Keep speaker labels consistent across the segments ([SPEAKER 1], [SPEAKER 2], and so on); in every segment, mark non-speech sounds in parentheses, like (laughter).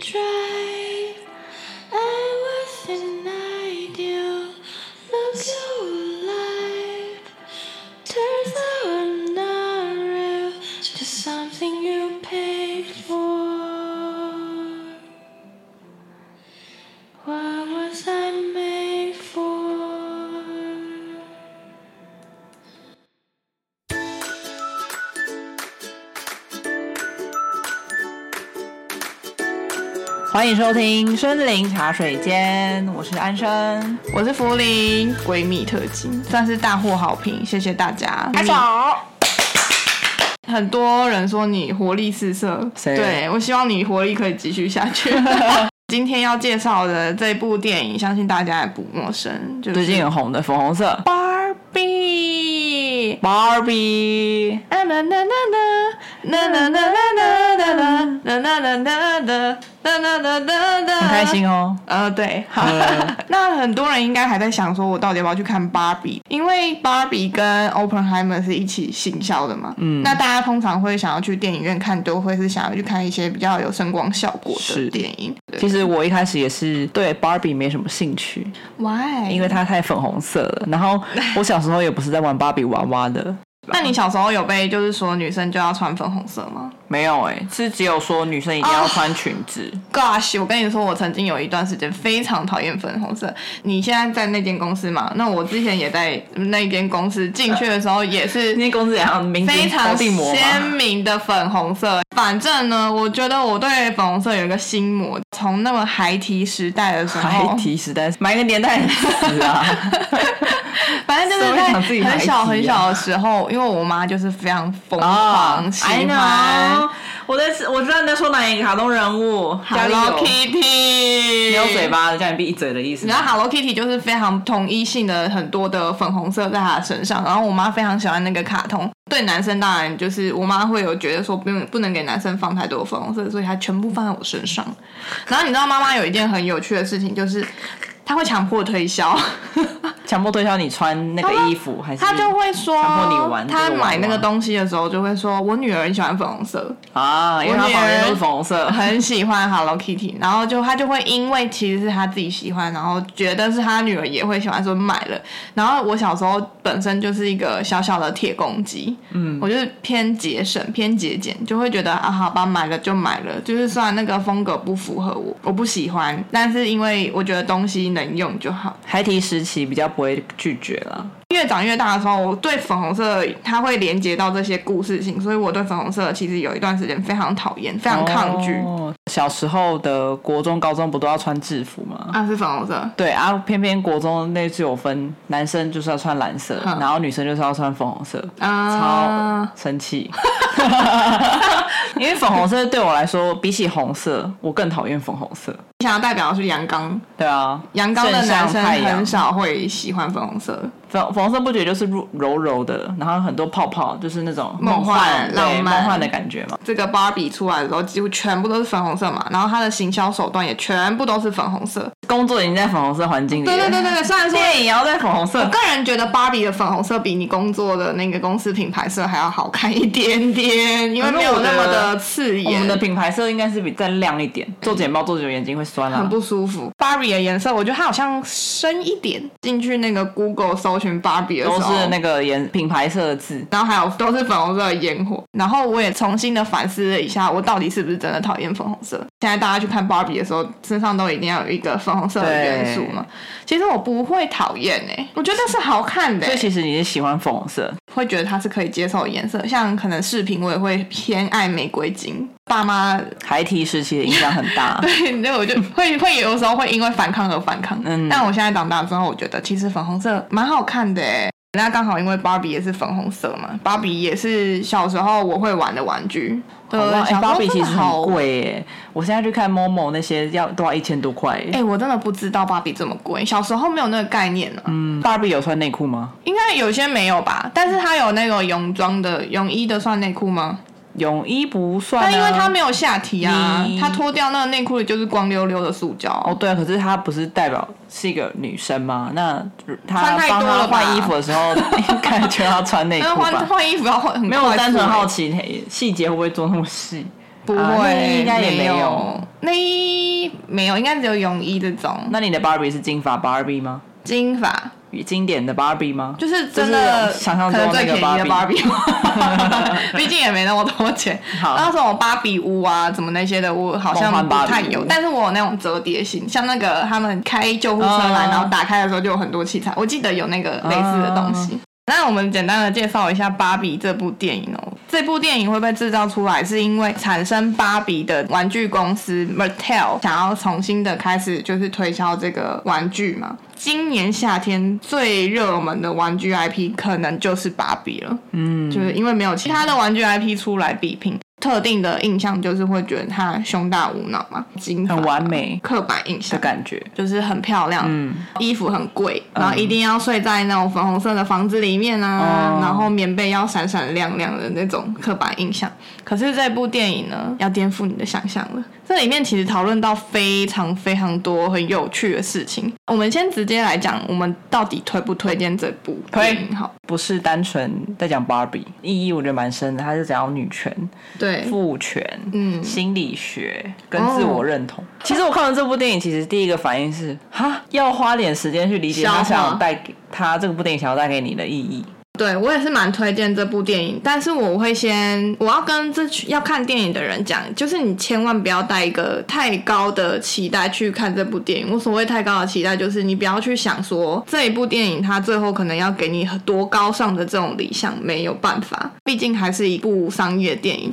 [SPEAKER 1] try. I was an ideal, not so alive. Turns out I'm not real, just something you paid for. What was I made for?
[SPEAKER 2] 欢迎收听《森林茶水间》，我是安生。
[SPEAKER 3] 我是福林，闺蜜特辑算是大获好评，谢谢大家。
[SPEAKER 2] 拍手
[SPEAKER 3] 你很多人说你活力四射，
[SPEAKER 2] 谁
[SPEAKER 3] 对我希望你活力可以继续下去。今天要介绍的这部电影，相信大家也不陌生，就是
[SPEAKER 2] 最近很红的粉红色
[SPEAKER 3] 《Barbie》。
[SPEAKER 2] Barbie，
[SPEAKER 3] 啦啦啦啦啦啦啦啦啦啦啦啦啦啦啦啦啦啦啦，
[SPEAKER 2] 很开心哦。
[SPEAKER 3] 呃，对，好
[SPEAKER 2] 嗯，
[SPEAKER 3] (laughs) 那很多人应该还在想说，我到底要不要去看芭比？因为芭比跟 Oppenheimer 是一起行销的嘛，
[SPEAKER 2] 嗯
[SPEAKER 3] 那大家通常会想要去电影院看，都会是想要去看一些比较有声光效果
[SPEAKER 2] 是
[SPEAKER 3] 的电影。对
[SPEAKER 2] 其实我一开始也是对 Barbie 没什么兴趣，
[SPEAKER 3] ，Why？
[SPEAKER 2] 因为它太粉红色了。然后我小时候也不是在玩芭比娃娃的，
[SPEAKER 3] 那你小时候有被就是说女生就要穿粉红色吗
[SPEAKER 2] 没有哎、是只有说女生一定要穿裙 (laughs) 子。
[SPEAKER 3] ？Gosh，我跟你说，我曾经有一段时间非常讨厌粉红色。你现在在那间公司嘛？那我之前也在那间公司进去的时候也是。
[SPEAKER 2] 今天公司怎样？名字
[SPEAKER 3] 非常
[SPEAKER 2] 伏地魔吗
[SPEAKER 3] 鲜明的粉红色。反正呢，我觉得我对粉红色有一个心魔，从那么孩提时代的时
[SPEAKER 2] 孩
[SPEAKER 3] 候，
[SPEAKER 2] 提时代，买个年代很死 (laughs) 啊！
[SPEAKER 3] (laughs) 反正就
[SPEAKER 2] 谁
[SPEAKER 3] 是
[SPEAKER 2] 会
[SPEAKER 3] 在
[SPEAKER 2] 想自己孩
[SPEAKER 3] 很
[SPEAKER 2] 提
[SPEAKER 3] 小
[SPEAKER 2] 啊
[SPEAKER 3] 很小的时候，因为我妈就是非常疯
[SPEAKER 2] 啊
[SPEAKER 3] 狂喜
[SPEAKER 2] I
[SPEAKER 3] 欢
[SPEAKER 2] know，我在我知道你在说哪一个卡通人物
[SPEAKER 3] Hello Kitty，
[SPEAKER 2] 没有嘴。巴的，叫你闭嘴的意思
[SPEAKER 3] 你知。道 Hello Kitty 就是非常统一性的很多的粉红色在她的身上，然后我妈非常喜欢那个卡通。对男生当然就是我妈会有觉得说不用不能给男生放太多粉红色，所以她全部放在我身上。然后你知道妈妈有一件很有趣的事情，就是她会强迫推销，
[SPEAKER 2] 强迫推销你穿那个衣服，还是
[SPEAKER 3] 她就会说
[SPEAKER 2] 强迫你玩这个
[SPEAKER 3] 她
[SPEAKER 2] 娃娃
[SPEAKER 3] 买那个东西的时候就会说，我女儿很喜欢粉红色，
[SPEAKER 2] 啊，因为它旁边都是粉红色。
[SPEAKER 3] 很喜欢 Hello Kitty，然后就他就会因为其实是他自己喜欢，然后觉得是他女儿也会喜欢，所以买了。然后我小时候本身就是一个小小的铁公鸡，嗯，我就是偏节省、偏节俭，就会觉得啊，好吧，买了就买了，就是虽然那个风格不符合我，我不喜欢，但是因为我觉得东西能用就好。
[SPEAKER 2] 孩提时期比较不会拒绝了，
[SPEAKER 3] 越长越大的时候，我对粉红色它会连接到这些故事性，所以我对粉红色其实有一段时间非常讨厌，非常抗拒。
[SPEAKER 2] 哦小时候的国中、高中不都要穿制服吗？
[SPEAKER 3] 啊，是粉红色，
[SPEAKER 2] 对啊，偏偏国中那次有分，男生就是要穿蓝色，
[SPEAKER 3] 嗯
[SPEAKER 2] 然后女生就是要穿粉红色。超
[SPEAKER 3] 啊，
[SPEAKER 2] 生
[SPEAKER 3] (laughs)
[SPEAKER 2] 气，因为粉红色对我来说，比起红色，我更讨厌粉红色。
[SPEAKER 3] 想要代表的是阳刚，
[SPEAKER 2] 对啊，
[SPEAKER 3] 阳刚的
[SPEAKER 2] 正
[SPEAKER 3] 男
[SPEAKER 2] 向
[SPEAKER 3] 生
[SPEAKER 2] 太阳
[SPEAKER 3] 很少会喜欢粉红色，
[SPEAKER 2] 粉粉红色不觉得就是柔柔柔的，然后很多泡泡，就是那种
[SPEAKER 3] 梦幻
[SPEAKER 2] 幻、对
[SPEAKER 3] 浪漫
[SPEAKER 2] 梦幻的感觉嘛。
[SPEAKER 3] 这个芭比出来的时候，几乎全部都是粉红色嘛，然后它的行销手段也全部都是粉红色。
[SPEAKER 2] 工作已经在粉红色环境里了，
[SPEAKER 3] 对对对对对，虽然说。
[SPEAKER 2] 电影也要在粉红
[SPEAKER 3] 我
[SPEAKER 2] 色。
[SPEAKER 3] 个人觉得芭比的粉红色比你工作的那个公司品牌色还要好看一点点，因为没有那么的刺
[SPEAKER 2] 我
[SPEAKER 3] 眼
[SPEAKER 2] 们的，品牌色应该是比再亮一点，做简报做久眼睛会酸
[SPEAKER 3] 很
[SPEAKER 2] 啊。
[SPEAKER 3] 不舒服。芭比的颜色，我觉得它好像深一点。进去那个 Google 搜寻芭比的时
[SPEAKER 2] 都
[SPEAKER 3] 候，
[SPEAKER 2] 是那个颜品牌色的字，
[SPEAKER 3] 然后还有都是粉红色的烟火。然后我也重新的反思了一下，我到底是不是真的讨厌粉红色？现在大家去看芭比的时候，身上都一定要有一个粉红色的元素嘛。其实我不会讨厌诶、我觉得是好看的、
[SPEAKER 2] 所以
[SPEAKER 3] 欸，
[SPEAKER 2] 其实你是喜欢粉红色，
[SPEAKER 3] 会觉得它是可以接受的颜色。像可能饰品，我也会偏爱玫瑰金。爸妈。
[SPEAKER 2] 孩提时期的影响很大
[SPEAKER 3] (laughs) 对，那我就会会有时候会因为反抗而反抗。
[SPEAKER 2] 嗯
[SPEAKER 3] 但我现在长大之后，我觉得其实粉红色蛮好看的诶。那刚好因为芭比也是粉红色嘛，芭比也是小时候我会玩的玩具。对
[SPEAKER 2] 好吧，，哎，
[SPEAKER 3] 呃小时
[SPEAKER 2] 芭
[SPEAKER 3] 候
[SPEAKER 2] 比
[SPEAKER 3] 真
[SPEAKER 2] 其
[SPEAKER 3] 的
[SPEAKER 2] 实
[SPEAKER 3] 好
[SPEAKER 2] 很。贵耶，我现在去看 Momo 那些要都要一千多块耶。
[SPEAKER 3] 哎、我真的不知道芭比这么贵，小时候没有那个概念呢、
[SPEAKER 2] 嗯，芭比有穿内裤吗？
[SPEAKER 3] 应该有些没有吧？但是它有那个泳装的泳衣的算内裤吗？
[SPEAKER 2] 泳衣不算、啊，
[SPEAKER 3] 但因为它没有下体啊
[SPEAKER 2] 你，
[SPEAKER 3] 它脱掉那个内裤的就是光溜溜的塑胶。
[SPEAKER 2] 哦，对，可是她不是代表是一个女生吗？那她
[SPEAKER 3] 穿太
[SPEAKER 2] 帮
[SPEAKER 3] 多
[SPEAKER 2] 她
[SPEAKER 3] 了吧
[SPEAKER 2] 换衣服的时
[SPEAKER 3] (laughs)
[SPEAKER 2] 候，应该就要穿内
[SPEAKER 3] 那
[SPEAKER 2] 裤
[SPEAKER 3] 换
[SPEAKER 2] 吧？
[SPEAKER 3] 换衣服要换，很
[SPEAKER 2] 没有，我
[SPEAKER 3] 快
[SPEAKER 2] 单纯
[SPEAKER 3] 速欸
[SPEAKER 2] 好奇嘿细节会不会做那么细？
[SPEAKER 3] 不会，
[SPEAKER 2] 啊内衣应该也
[SPEAKER 3] 没
[SPEAKER 2] 没有
[SPEAKER 3] 内衣没有，应该只有泳衣这种。
[SPEAKER 2] 那你的 Barbie 是金发 Barbie 吗？
[SPEAKER 3] 金发
[SPEAKER 2] 经典的 Barbie 吗？
[SPEAKER 3] 就是真的，
[SPEAKER 2] 就是想象
[SPEAKER 3] 可
[SPEAKER 2] 中
[SPEAKER 3] 能最
[SPEAKER 2] 那
[SPEAKER 3] 便
[SPEAKER 2] 个
[SPEAKER 3] 宜的
[SPEAKER 2] Barbie (laughs)
[SPEAKER 3] 毕竟也没那么多钱。
[SPEAKER 2] 好
[SPEAKER 3] 那种芭比屋啊，怎么那些的，我好像
[SPEAKER 2] 梦幻
[SPEAKER 3] 不
[SPEAKER 2] 芭比
[SPEAKER 3] 太
[SPEAKER 2] 屋
[SPEAKER 3] 有。但是我有那种折叠型，像那个他们开救护车来，
[SPEAKER 2] 嗯
[SPEAKER 3] 然后打开的时候就有很多器材，我记得有那个类似的东
[SPEAKER 2] 哦
[SPEAKER 3] 西。那我们简单的介绍一下《芭比》这部电影哦。这部电影会被制造出来，是因为产生芭比的玩具公司 Mattel 想要重新的开始就是推销这个玩具嘛。今年夏天最热门的玩具 IP 可能就是芭比了。
[SPEAKER 2] 嗯
[SPEAKER 3] 就是因为没有其他的玩具 IP 出来比拼，特定的印象就是会觉得她胸大无脑嘛，金发
[SPEAKER 2] 很完美
[SPEAKER 3] 刻板印
[SPEAKER 2] 的
[SPEAKER 3] 象。
[SPEAKER 2] 感觉。
[SPEAKER 3] 就是很漂亮，
[SPEAKER 2] 嗯，
[SPEAKER 3] 衣服很贵，然后
[SPEAKER 2] 嗯
[SPEAKER 3] 一定要睡在那种粉红色的房子里面啊，
[SPEAKER 2] 哦
[SPEAKER 3] 然后棉被要闪闪亮亮的那种刻板印象。可是这部电影呢，要颠覆你的想象了。这里面其实讨论到非常非常多很有趣的事情。我们先直接来讲，我们到底推不推荐这部
[SPEAKER 2] 推
[SPEAKER 3] 电影？好，
[SPEAKER 2] 不是单纯在讲 Barbie，意义我觉得蛮深的。它是讲女权、
[SPEAKER 3] 对，
[SPEAKER 2] 父权、
[SPEAKER 3] 嗯
[SPEAKER 2] 心理学跟
[SPEAKER 3] 哦
[SPEAKER 2] 自我认同。其实我看完这部电影，其实第一个反应是，哈，要花点时间去理解他
[SPEAKER 3] 消化
[SPEAKER 2] 想带给他这部电影想要带给你的意义。
[SPEAKER 3] 对我也是蛮推荐这部电影，但是我会先我要跟这群要看电影的人讲，就是你千万不要带一个太高的期待去看这部电影。我所谓太高的期待，就是你不要去想说这一部电影它最后可能要给你很多高尚的这种理想，没有办法，毕竟还是一部商业电影。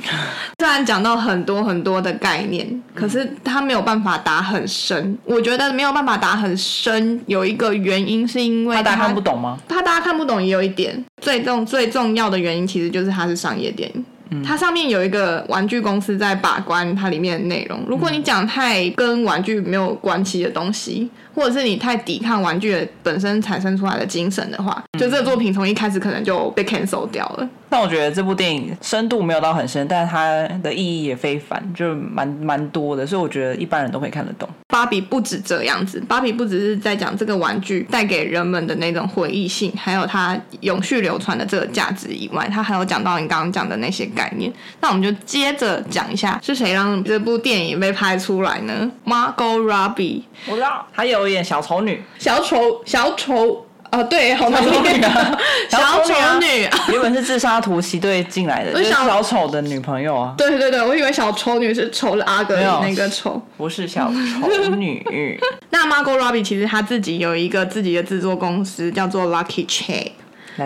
[SPEAKER 3] 虽然讲到很多很多的概念，可是它没有办法打很深。我觉得没有办法打很深，有一个原因是因为
[SPEAKER 2] 那大家
[SPEAKER 3] 它
[SPEAKER 2] 看不懂吗？
[SPEAKER 3] 怕大家看不懂也有一点，最重最重要的原因其实就是它是商业电影。它上面有一个玩具公司在把关它里面的内容。如果你讲太跟玩具没有关系的东西，或者是你太抵抗玩具的本身产生出来的精神的话，就这个作品从一开始可能就被 cancel 掉了。
[SPEAKER 2] 但我觉得这部电影深度没有到很深，但是它的意义也非凡，就蛮蛮多的，所以我觉得一般人都可以看得懂。
[SPEAKER 3] 芭比不止这样子，芭比不只是在讲这个玩具带给人们的那种回忆性，还有它永续流传的这个价值以外，它还有讲到你刚刚讲的那些概念。那我们就接着讲一下，是谁让这部电影被拍出来呢？Margot Robbie，
[SPEAKER 2] 我知道，还有一点小丑女，
[SPEAKER 3] 小丑小丑啊，对，好难
[SPEAKER 2] 女
[SPEAKER 3] 念
[SPEAKER 2] (laughs) 啊，
[SPEAKER 3] 小丑
[SPEAKER 2] 啊
[SPEAKER 3] 女。
[SPEAKER 2] 原本是自杀突袭队进来的，
[SPEAKER 3] 我
[SPEAKER 2] 就是
[SPEAKER 3] 想
[SPEAKER 2] 小丑的女朋友啊，
[SPEAKER 3] 对对对，我以为小丑女是丑的阿哥
[SPEAKER 2] 没有
[SPEAKER 3] 那个丑。
[SPEAKER 2] 不是小丑女。
[SPEAKER 3] 那 Margot Robbie 其实她自己有一个自己的制作公司，叫做 Lucky Chay。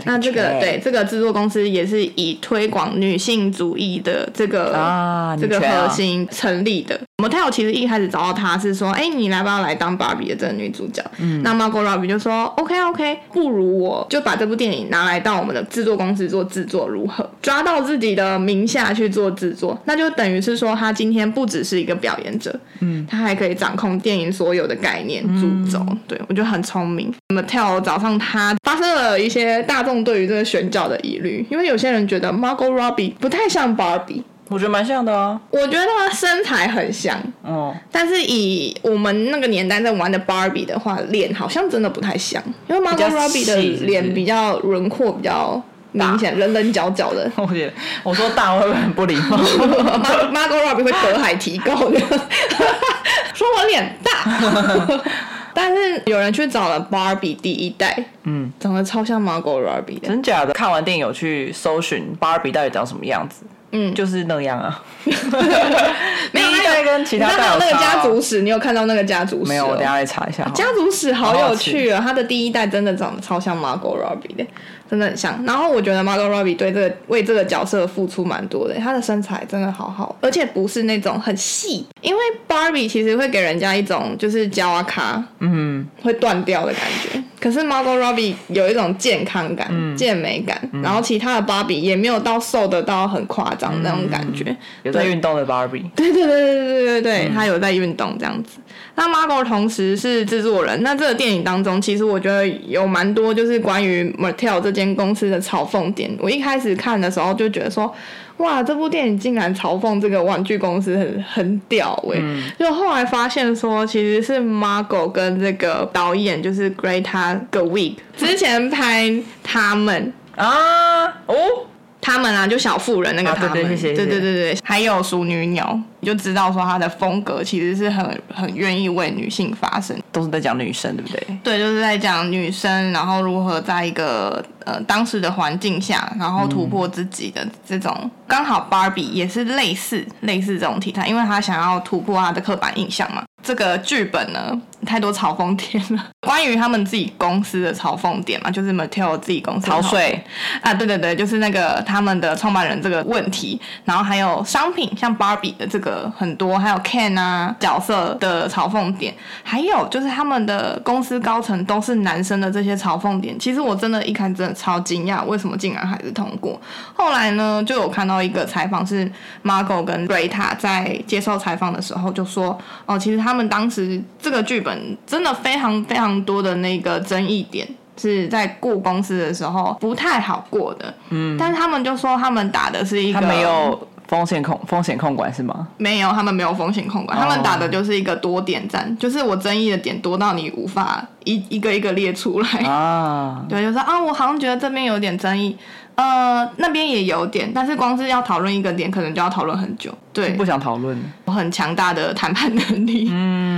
[SPEAKER 3] 那这个对这个制作公司也是以推广女性主义的这个
[SPEAKER 2] 啊
[SPEAKER 3] 这个
[SPEAKER 2] 女权啊
[SPEAKER 3] 核心成立的。模特其实一开始找到她是说，哎、你来不要来当芭比的这个女主角？嗯，那 Margot Robbie 就说，OK OK，不如我就把这部电影拿来到我们的制作公司做制作，如何抓到自己的名下去做制作？那就等于是说，她今天不只是一个表演者，
[SPEAKER 2] 嗯
[SPEAKER 3] 他还可以掌控电影所有的概念主轴，对我觉得很聪明。Mattel 早上他发生了一些大众对于这个选角的疑虑，因为有些人觉得 Margot Robbie 不太像 Barbie，
[SPEAKER 2] 我觉得蛮像的啊，
[SPEAKER 3] 我觉得她身材很像，
[SPEAKER 2] 嗯，
[SPEAKER 3] 但是以我们那个年代在玩的 Barbie 的话，脸好像真的不太像，因为
[SPEAKER 2] 比较
[SPEAKER 3] Margot
[SPEAKER 2] 细
[SPEAKER 3] Robbie 的
[SPEAKER 2] 是不是
[SPEAKER 3] 脸比较轮廓比较明显，棱棱角角的。
[SPEAKER 2] (laughs) 我觉得我说大会不会很不礼
[SPEAKER 3] (laughs)
[SPEAKER 2] 貌？ (laughs)
[SPEAKER 3] Mar- Margot Robbie 会隔海提告的， (laughs) 说我脸
[SPEAKER 2] (laughs)
[SPEAKER 3] 大。但是有人去找了 Barbie 第一代，
[SPEAKER 2] 嗯，
[SPEAKER 3] 长得超像 Margot Robbie 的，
[SPEAKER 2] 真假的？看完电影有去搜寻芭比到底长什么样子，
[SPEAKER 3] 嗯，
[SPEAKER 2] 就是那样啊。
[SPEAKER 3] (laughs) 没有
[SPEAKER 2] 第一
[SPEAKER 3] 那
[SPEAKER 2] 代
[SPEAKER 3] 个
[SPEAKER 2] 跟其他
[SPEAKER 3] 你知道还有
[SPEAKER 2] 代
[SPEAKER 3] 那
[SPEAKER 2] 有差
[SPEAKER 3] 个
[SPEAKER 2] 哦
[SPEAKER 3] 家族史，你有看到那个家族史、哦
[SPEAKER 2] 没有，我等一下。来查一下好了。
[SPEAKER 3] 家族史好
[SPEAKER 2] 好
[SPEAKER 3] 有
[SPEAKER 2] 哦好奇
[SPEAKER 3] 趣啊！他的第一代真的长得超像 Margot Robbie 的，真的很像。然后我觉得 Margot Robbie 对这个为这个角色付出蛮多的，她的身材真的好好，而且不是那种很细，因为 Barbie 其实会给人家一种就是胶啊卡，
[SPEAKER 2] 嗯，
[SPEAKER 3] 会断掉的感觉。可是 Margot Robbie 有一种健康感、
[SPEAKER 2] 嗯
[SPEAKER 3] 健美感，然后其他的芭比也没有到瘦得到很夸张
[SPEAKER 2] 嗯
[SPEAKER 3] 那种感觉。
[SPEAKER 2] 有在
[SPEAKER 3] 对
[SPEAKER 2] 运动的芭比，
[SPEAKER 3] 对对对对对对对，他有在运动这样子。那 Margot 同时是制作人，那这个电影当中，其实我觉得有蛮多就是关于 Mattel 这间公司的嘲讽点。我一开始看的时候就觉得说，哇，这部电影竟然嘲讽这个玩具公司很很屌哎、就后来发现说，其实是 Margot 跟这个导演就是 Greta Gerwig 之前拍他们。
[SPEAKER 2] 啊，哦，
[SPEAKER 3] 他们啊，就小妇人那个
[SPEAKER 2] 啊
[SPEAKER 3] 他们，
[SPEAKER 2] 对对谢谢
[SPEAKER 3] 对
[SPEAKER 2] 谢谢
[SPEAKER 3] 对对对还有熟女鸟，你就知道说她的风格其实是很很愿意为女性发声，
[SPEAKER 2] 都是在讲女生，对不对？
[SPEAKER 3] 对，就是在讲女生，然后如何在一个呃当时的环境下，然后
[SPEAKER 2] 嗯
[SPEAKER 3] 突破自己的这种。刚好 Barbie 也是类似类似这种题材，因为她想要突破她的刻板印象嘛。这个剧本呢，太多嘲讽点了。 (laughs) 关于他们自己公司的嘲讽点嘛，就是 Mattel 自己公司的
[SPEAKER 2] 逃
[SPEAKER 3] 讽
[SPEAKER 2] 税
[SPEAKER 3] 啊，对对对，就是那个他们的创办人这个问题，然后还有商品，像 Barbie 的这个很多，还有 Ken 啊角色的嘲讽点，还有就是他们的公司高层都是男生的这些嘲讽点，其实我真的一开始真的超惊讶，为什么竟然还是通过？后来呢，就有看到一个采访是 Margot 跟 Greta 在接受采访的时候就说，哦，其实他们当时这个剧本真的非常非常多的那个争议点。是在雇公司的时候不太好过的，嗯，但是他们就说他们打的是一个
[SPEAKER 2] 他没有风险控风险控管是
[SPEAKER 3] (laughs)
[SPEAKER 2] 吗？
[SPEAKER 3] 没有，他们没有风险控管，
[SPEAKER 2] 哦
[SPEAKER 3] 他们打的就是一个多点战，就是我争议的点多到你无法一一个一个列出来。
[SPEAKER 2] 啊，
[SPEAKER 3] 对，就说啊，我好像觉得这边有点争议，呃，那边也有点，但是光是要讨论一个点，可能就要讨论很久。对
[SPEAKER 2] 不，想讨论。
[SPEAKER 3] 有很强大的谈判能力，嗯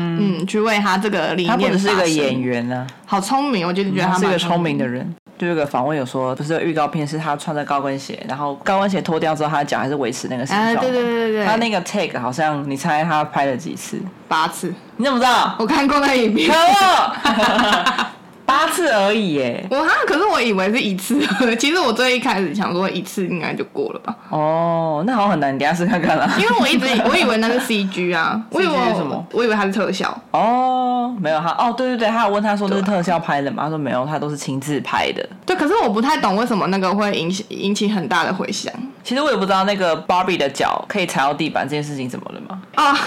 [SPEAKER 3] 去为他这个理
[SPEAKER 2] 他
[SPEAKER 3] 念
[SPEAKER 2] 不只是一
[SPEAKER 3] 发
[SPEAKER 2] 个
[SPEAKER 3] 声
[SPEAKER 2] 演，员啊，
[SPEAKER 3] 好聪明，我就是觉得
[SPEAKER 2] 他
[SPEAKER 3] 他
[SPEAKER 2] 是一个
[SPEAKER 3] 蛮
[SPEAKER 2] 聪明的人。就有个访问有说，不是有预告片是他穿着高跟鞋，然后高跟鞋脱掉之后，他的脚还是维持那个形状
[SPEAKER 3] 啊，
[SPEAKER 2] 嘛。
[SPEAKER 3] 对对对对对，
[SPEAKER 2] 他那个 take 好像，你猜他拍了几次？
[SPEAKER 3] 八次，
[SPEAKER 2] 你怎么知
[SPEAKER 3] (laughs)
[SPEAKER 2] 道？
[SPEAKER 3] 我看过那影片
[SPEAKER 2] 可。恶， (laughs) 八次而已耶。
[SPEAKER 3] 我哈，可是我以为是一次， (laughs) 其实我最一开始想说一次应该就过了吧，
[SPEAKER 2] 哦，那好像很难，你等一下试看看啦。
[SPEAKER 3] (laughs) 因为我一
[SPEAKER 2] (laughs)
[SPEAKER 3] 直以我以为那是 CG 啊，我以为
[SPEAKER 2] CG 是什么
[SPEAKER 3] 我以为它是特效，
[SPEAKER 2] 哦，没有他哦，对对对，他有问他说这是
[SPEAKER 3] 对啊
[SPEAKER 2] 特效拍的吗？他说没有，他都是亲自拍的。
[SPEAKER 3] 对，可是我不太懂为什么那个会引起引起很大的回响
[SPEAKER 2] 其实我也不知道那个 Barbie 的脚可以踩到地板这件事情怎么了嘛？
[SPEAKER 3] 啊！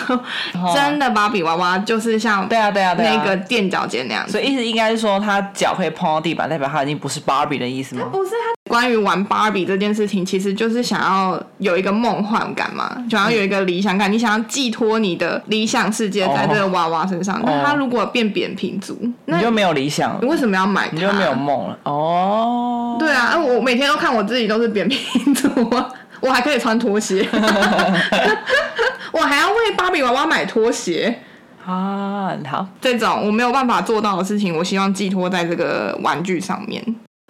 [SPEAKER 2] 哦
[SPEAKER 3] (laughs) 真的芭比娃娃就是像
[SPEAKER 2] 对啊，对啊，对啊。
[SPEAKER 3] 那个垫脚尖那样子。
[SPEAKER 2] 所以意思应该是说，他脚可以碰到地板，代表他已经不是 Barbie 的意思吗？
[SPEAKER 3] 不是他关于玩芭比这件事情，其实就是想要有一个梦幻感嘛，想要有一个理想感，你想要寄托你的理想世界在这个娃娃身上。那他如果变扁平足，
[SPEAKER 2] 哦
[SPEAKER 3] 那
[SPEAKER 2] 你就没有理想
[SPEAKER 3] 你
[SPEAKER 2] 了，
[SPEAKER 3] 为什么要买它？
[SPEAKER 2] 你就没有梦了。哦，
[SPEAKER 3] (laughs) 对啊，啊我每天都看我自己都是扁平足啊， (laughs) 我还可以穿拖鞋， (laughs) 我还要为芭比娃娃买拖鞋，
[SPEAKER 2] 啊，好，
[SPEAKER 3] 这种我没有办法做到的事情，我希望寄托在这个玩具上面。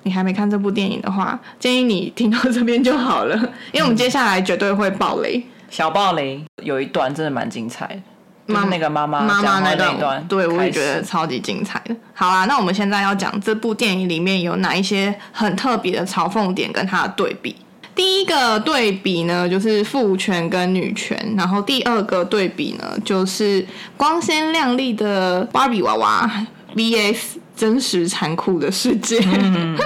[SPEAKER 3] 你还没看这部电影的话，建议你听到这边就好了，因为我们接下来绝对会爆雷。
[SPEAKER 2] 小暴雷有一段真的蛮精彩的，就是那个妈妈
[SPEAKER 3] 妈妈
[SPEAKER 2] 讲话
[SPEAKER 3] 段，
[SPEAKER 2] 一段，
[SPEAKER 3] 对我也
[SPEAKER 2] 也
[SPEAKER 3] 觉得超级精彩的。好啦，那我们现在要讲这部电影里面有哪一些很特别的嘲讽点跟它的对比。第一个对比呢，就是父权跟女权；然后第二个对比呢，就是光鲜亮丽的芭比娃娃 vs 真实残酷的世界。
[SPEAKER 2] 嗯
[SPEAKER 3] (laughs)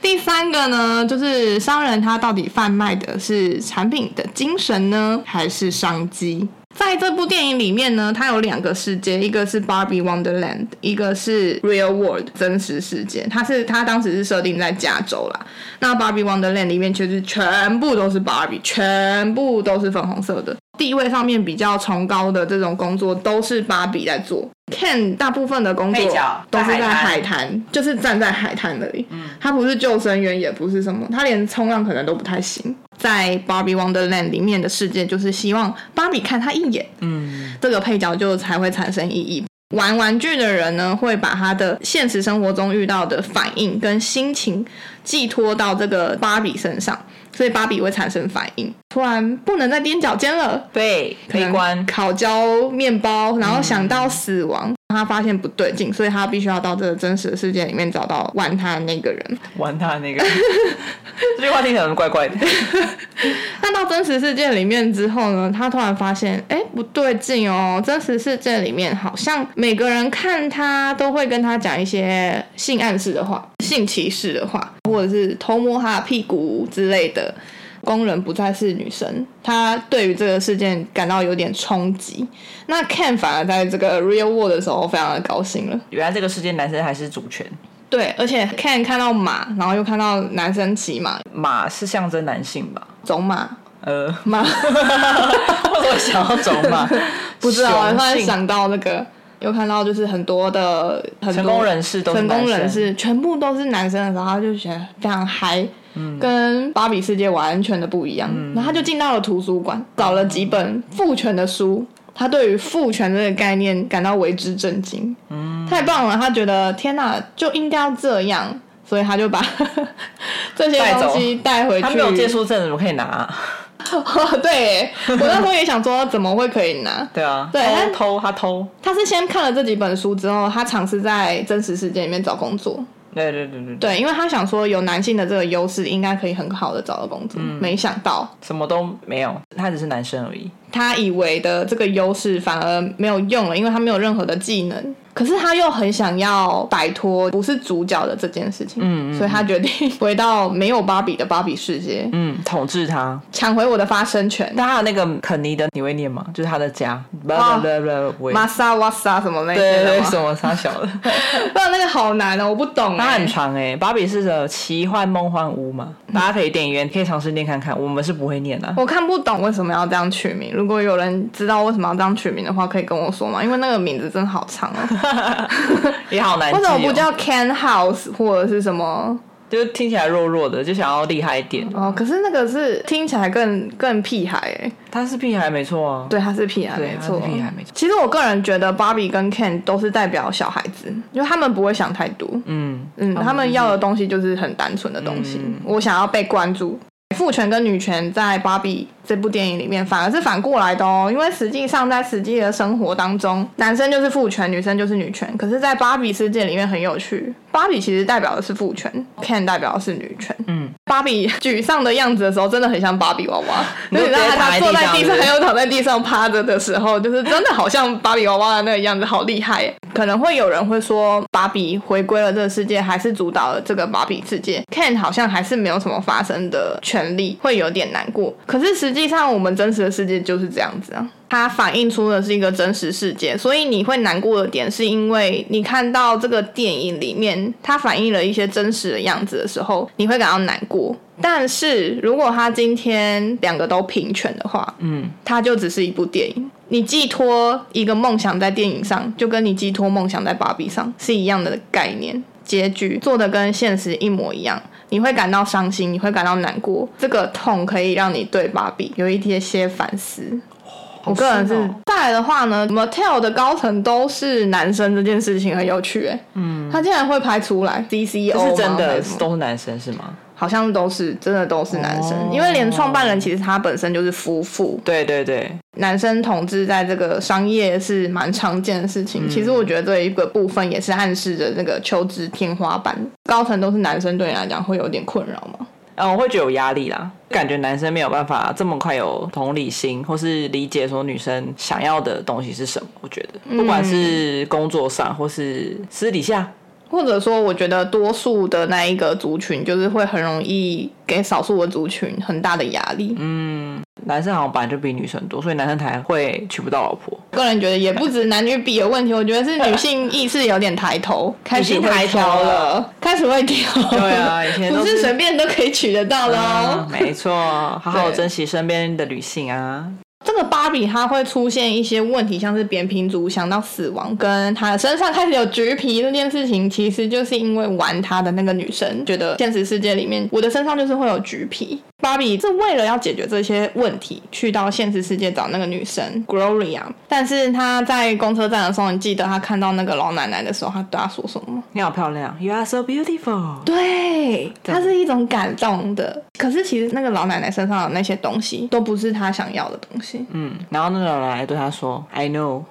[SPEAKER 3] 第三个呢，就是商人他到底贩卖的是产品的精神呢，还是商机？在这部电影里面呢，它有两个世界，一个是 Barbie Wonderland，一个是 Real World 真实世界。它是它当时是设定在加州啦。那 Barbie Wonderland 里面其实全部都是 Barbie，全部都是粉红色的。地位上面比较崇高的这种工作都是芭比在做，Ken 大部分的工作
[SPEAKER 2] 配角
[SPEAKER 3] 都是
[SPEAKER 2] 在海
[SPEAKER 3] 在
[SPEAKER 2] 滩
[SPEAKER 3] 海滩，嗯就是站在海滩那里。他不是救生员，也不是什么，他连冲浪可能都不太行。在《Barbie Wonderland》里面的世界，就是希望芭比看他一眼，
[SPEAKER 2] 嗯，
[SPEAKER 3] 这个配角就才会产生意义。玩玩具的人呢，会把他的现实生活中遇到的反应跟心情寄托到这个芭比身上，所以芭比会产生反应。突然不能再踮脚尖了，
[SPEAKER 2] 对，悲观，嗯
[SPEAKER 3] 烤焦面包，然后想到死亡，他发现不对劲，所以他必须要到这个真实的世界里面找到玩他的那个人。
[SPEAKER 2] 玩他那
[SPEAKER 3] (laughs)
[SPEAKER 2] 个，这句话听起来很怪怪的。
[SPEAKER 3] (laughs) 那到真实世界里面之后呢，他突然发现，哎，不对劲哦！真实世界里面好像每个人看他都会跟他讲一些性暗示的话、性歧视的话，或者是偷摸他的屁股之类的。工人不再是女生，他对于这个事件感到有点冲击。那 Ken 反而在这个 Real World 的时候非常的高兴了。
[SPEAKER 2] 原来这个世界男生还是主权，
[SPEAKER 3] 对，而且 Ken 看到马，然后又看到男生骑马、
[SPEAKER 2] 马是象征男性吧？
[SPEAKER 3] 走马、
[SPEAKER 2] 呃，
[SPEAKER 3] (laughs) 马。
[SPEAKER 2] 为什么想要走马？
[SPEAKER 3] 不知道，我
[SPEAKER 2] 雄
[SPEAKER 3] 突然
[SPEAKER 2] 性
[SPEAKER 3] 想到那个，有看到就是很多的很多
[SPEAKER 2] 成功人士都是
[SPEAKER 3] 成
[SPEAKER 2] 男
[SPEAKER 3] 功人
[SPEAKER 2] 生
[SPEAKER 3] 士全部都是男生的时候，他就觉得非常嗨，
[SPEAKER 2] 嗯
[SPEAKER 3] 跟芭比世界完全的不一样。然后他就进到了图书馆，找了几本父权的书。他对于父权这个概念感到为之震惊，
[SPEAKER 2] 嗯
[SPEAKER 3] 太棒了！他觉得天哪，就应该要这样，所以他就把 (laughs) 这些
[SPEAKER 2] 带走
[SPEAKER 3] 东西带回去。
[SPEAKER 2] 他没有借书证怎么可以拿啊？
[SPEAKER 3] 哦， (laughs) 对耶，我那时候也想说，怎么会可以拿？
[SPEAKER 2] 对啊，
[SPEAKER 3] 对他
[SPEAKER 2] 偷偷他偷，
[SPEAKER 3] 他是先看了这几本书之后，他尝试在真实世界里面找工作。
[SPEAKER 2] 对对对对对，
[SPEAKER 3] 对，因为他想说有男性的这个优势，应该可以很好的找到工作。
[SPEAKER 2] 嗯
[SPEAKER 3] 没想到
[SPEAKER 2] 什么都没有，他只是男生而已。
[SPEAKER 3] 他以为的这个优势反而没有用了，因为他没有任何的技能。可是他又很想要摆脱不是主角的这件事情，
[SPEAKER 2] 嗯嗯
[SPEAKER 3] 所以他决定回到没有芭比的芭比世界，
[SPEAKER 2] 嗯，统治他。
[SPEAKER 3] 抢回我的发声权。
[SPEAKER 2] 但他的那个肯尼的你会念吗？就是他的家，不不不不不，
[SPEAKER 3] 玛莎哇莎什么那
[SPEAKER 2] 啊对
[SPEAKER 3] 些
[SPEAKER 2] 对
[SPEAKER 3] 的
[SPEAKER 2] 对，
[SPEAKER 3] 吗
[SPEAKER 2] 什么他 (laughs) 小的，
[SPEAKER 3] (laughs) 不然那个好难哦，我不懂、
[SPEAKER 2] 它
[SPEAKER 3] 欸
[SPEAKER 2] 很。长哎、芭比是的奇幻梦幻屋嘛，大家可以电影院可以尝试念看看，我们是不会念的、啊。
[SPEAKER 3] (laughs) 我看不懂为什么要这样取名。如果有人知道为什么要这样取名的话，可以跟我说嘛，因为那个名字真的好
[SPEAKER 2] (laughs)
[SPEAKER 3] 长哦。
[SPEAKER 2] (laughs) 也好难、哦，
[SPEAKER 3] 为什么不？叫 Can House 或者是什么？
[SPEAKER 2] 就是听起来弱弱的，就想要厉害一点。
[SPEAKER 3] 哦，可是那个是听起来更更屁孩哎。
[SPEAKER 2] 他是屁孩没错啊，
[SPEAKER 3] 对，他是屁孩，
[SPEAKER 2] 对
[SPEAKER 3] 没
[SPEAKER 2] 他
[SPEAKER 3] 错，
[SPEAKER 2] 是屁孩没错
[SPEAKER 3] 其实我个人觉得芭比跟 Ken 都是代表小孩子，因为他们不会想太多。
[SPEAKER 2] 嗯，
[SPEAKER 3] 嗯，他们要的东西就是很单纯的东西。我想要被关注。父权跟女权在《芭比》这部电影里面反而是反过来的哦，因为实际上在实际的生活当中，男生就是父权，女生就是女权。可是，在芭比世界里面很有趣，芭比其实代表的是父权，Ken 代表的是女权。
[SPEAKER 2] 嗯，
[SPEAKER 3] 芭比沮丧的样子的时候，真的很像芭比娃娃，
[SPEAKER 2] 你
[SPEAKER 3] 就
[SPEAKER 2] 就是
[SPEAKER 3] 让
[SPEAKER 2] 直接躺
[SPEAKER 3] 他
[SPEAKER 2] 在
[SPEAKER 3] 坐在
[SPEAKER 2] 地
[SPEAKER 3] 地上，
[SPEAKER 2] 上
[SPEAKER 3] 还有躺在地上趴着的时候，就是真的好像芭比娃娃的那个样子，好厉害耶！可能会有人会说，芭比回归了这个世界，还是主导了这个芭比世界，Ken 好像还是没有什么发声的权利，会有点难过。可是实际上，我们真实的世界就是这样子啊。它反映出的是一个真实世界，所以你会难过的点是因为你看到这个电影里面它反映了一些真实的样子的时候，你会感到难过。但是如果它今天两个都平权的话，嗯，它就只是一部电影。你寄托一个梦想在电影上，就跟你寄托梦想在芭比上是一样的概念。结局做的跟现实一模一样，你会感到伤心，你会感到难过。这个痛可以让你对芭比有一些些反思。我个人是
[SPEAKER 2] 深哦
[SPEAKER 3] 再来的话呢，Mattel 的高层都是男生这件事情很有趣哎、嗯，他竟然会拍出来 DCO
[SPEAKER 2] 这是真
[SPEAKER 3] 吗
[SPEAKER 2] 的
[SPEAKER 3] 还是什么
[SPEAKER 2] 都是男生是吗？
[SPEAKER 3] 好像都是真的都是男生，
[SPEAKER 2] 哦
[SPEAKER 3] 因为连创办人其实他本身就是夫妇，
[SPEAKER 2] 对对对，
[SPEAKER 3] 男生同志在这个商业是蛮常见的事情。其实我觉得这一个部分也是暗示着那个求职天花板，高层都是男生，对你来讲会有点困扰吗？
[SPEAKER 2] 嗯，我会觉得有压力啦，感觉男生没有办法这么快有同理心，或是理解说女生想要的东西是什么。我觉得，不
[SPEAKER 3] 嗯
[SPEAKER 2] 管是工作上或是私底下，
[SPEAKER 3] 或者说，我觉得多数的那一个族群，就是会很容易给少数的族群很大的压力。
[SPEAKER 2] 男生好像本来就比女生多，所以男生才会娶不到老婆。
[SPEAKER 3] 个人觉得也不止男女比的问题，我觉得是女性意识有点抬头，嗯开始
[SPEAKER 2] 已
[SPEAKER 3] 会
[SPEAKER 2] 经抬头
[SPEAKER 3] 挑
[SPEAKER 2] 了
[SPEAKER 3] 了，开始会挑。
[SPEAKER 2] 对啊以前都
[SPEAKER 3] 不是
[SPEAKER 2] 是
[SPEAKER 3] 随便都可以娶得到的哦。
[SPEAKER 2] 啊，没错，好好
[SPEAKER 3] 对
[SPEAKER 2] 珍惜身边的女性啊。
[SPEAKER 3] 这个芭比它会出现一些问题，像是扁平足想到死亡，跟她的身上开始有橘皮这件事情，其实就是因为玩她的那个女生觉得现实世界里面我的身上就是会有橘皮。芭比是为了要解决这些问题，去到现实世界找那个女生 Gloria，但是她在公车站的时候，你记得她看到那个老奶奶的时候，她对她说什么吗？
[SPEAKER 2] 你好漂亮，You are so beautiful。
[SPEAKER 3] 对，
[SPEAKER 2] 对
[SPEAKER 3] 它是一种感动的。可是其实那个老奶奶身上的那些东西，都不是她想要的东西。
[SPEAKER 2] 嗯，然后那个老奶奶对他说，I
[SPEAKER 3] (laughs)
[SPEAKER 2] know，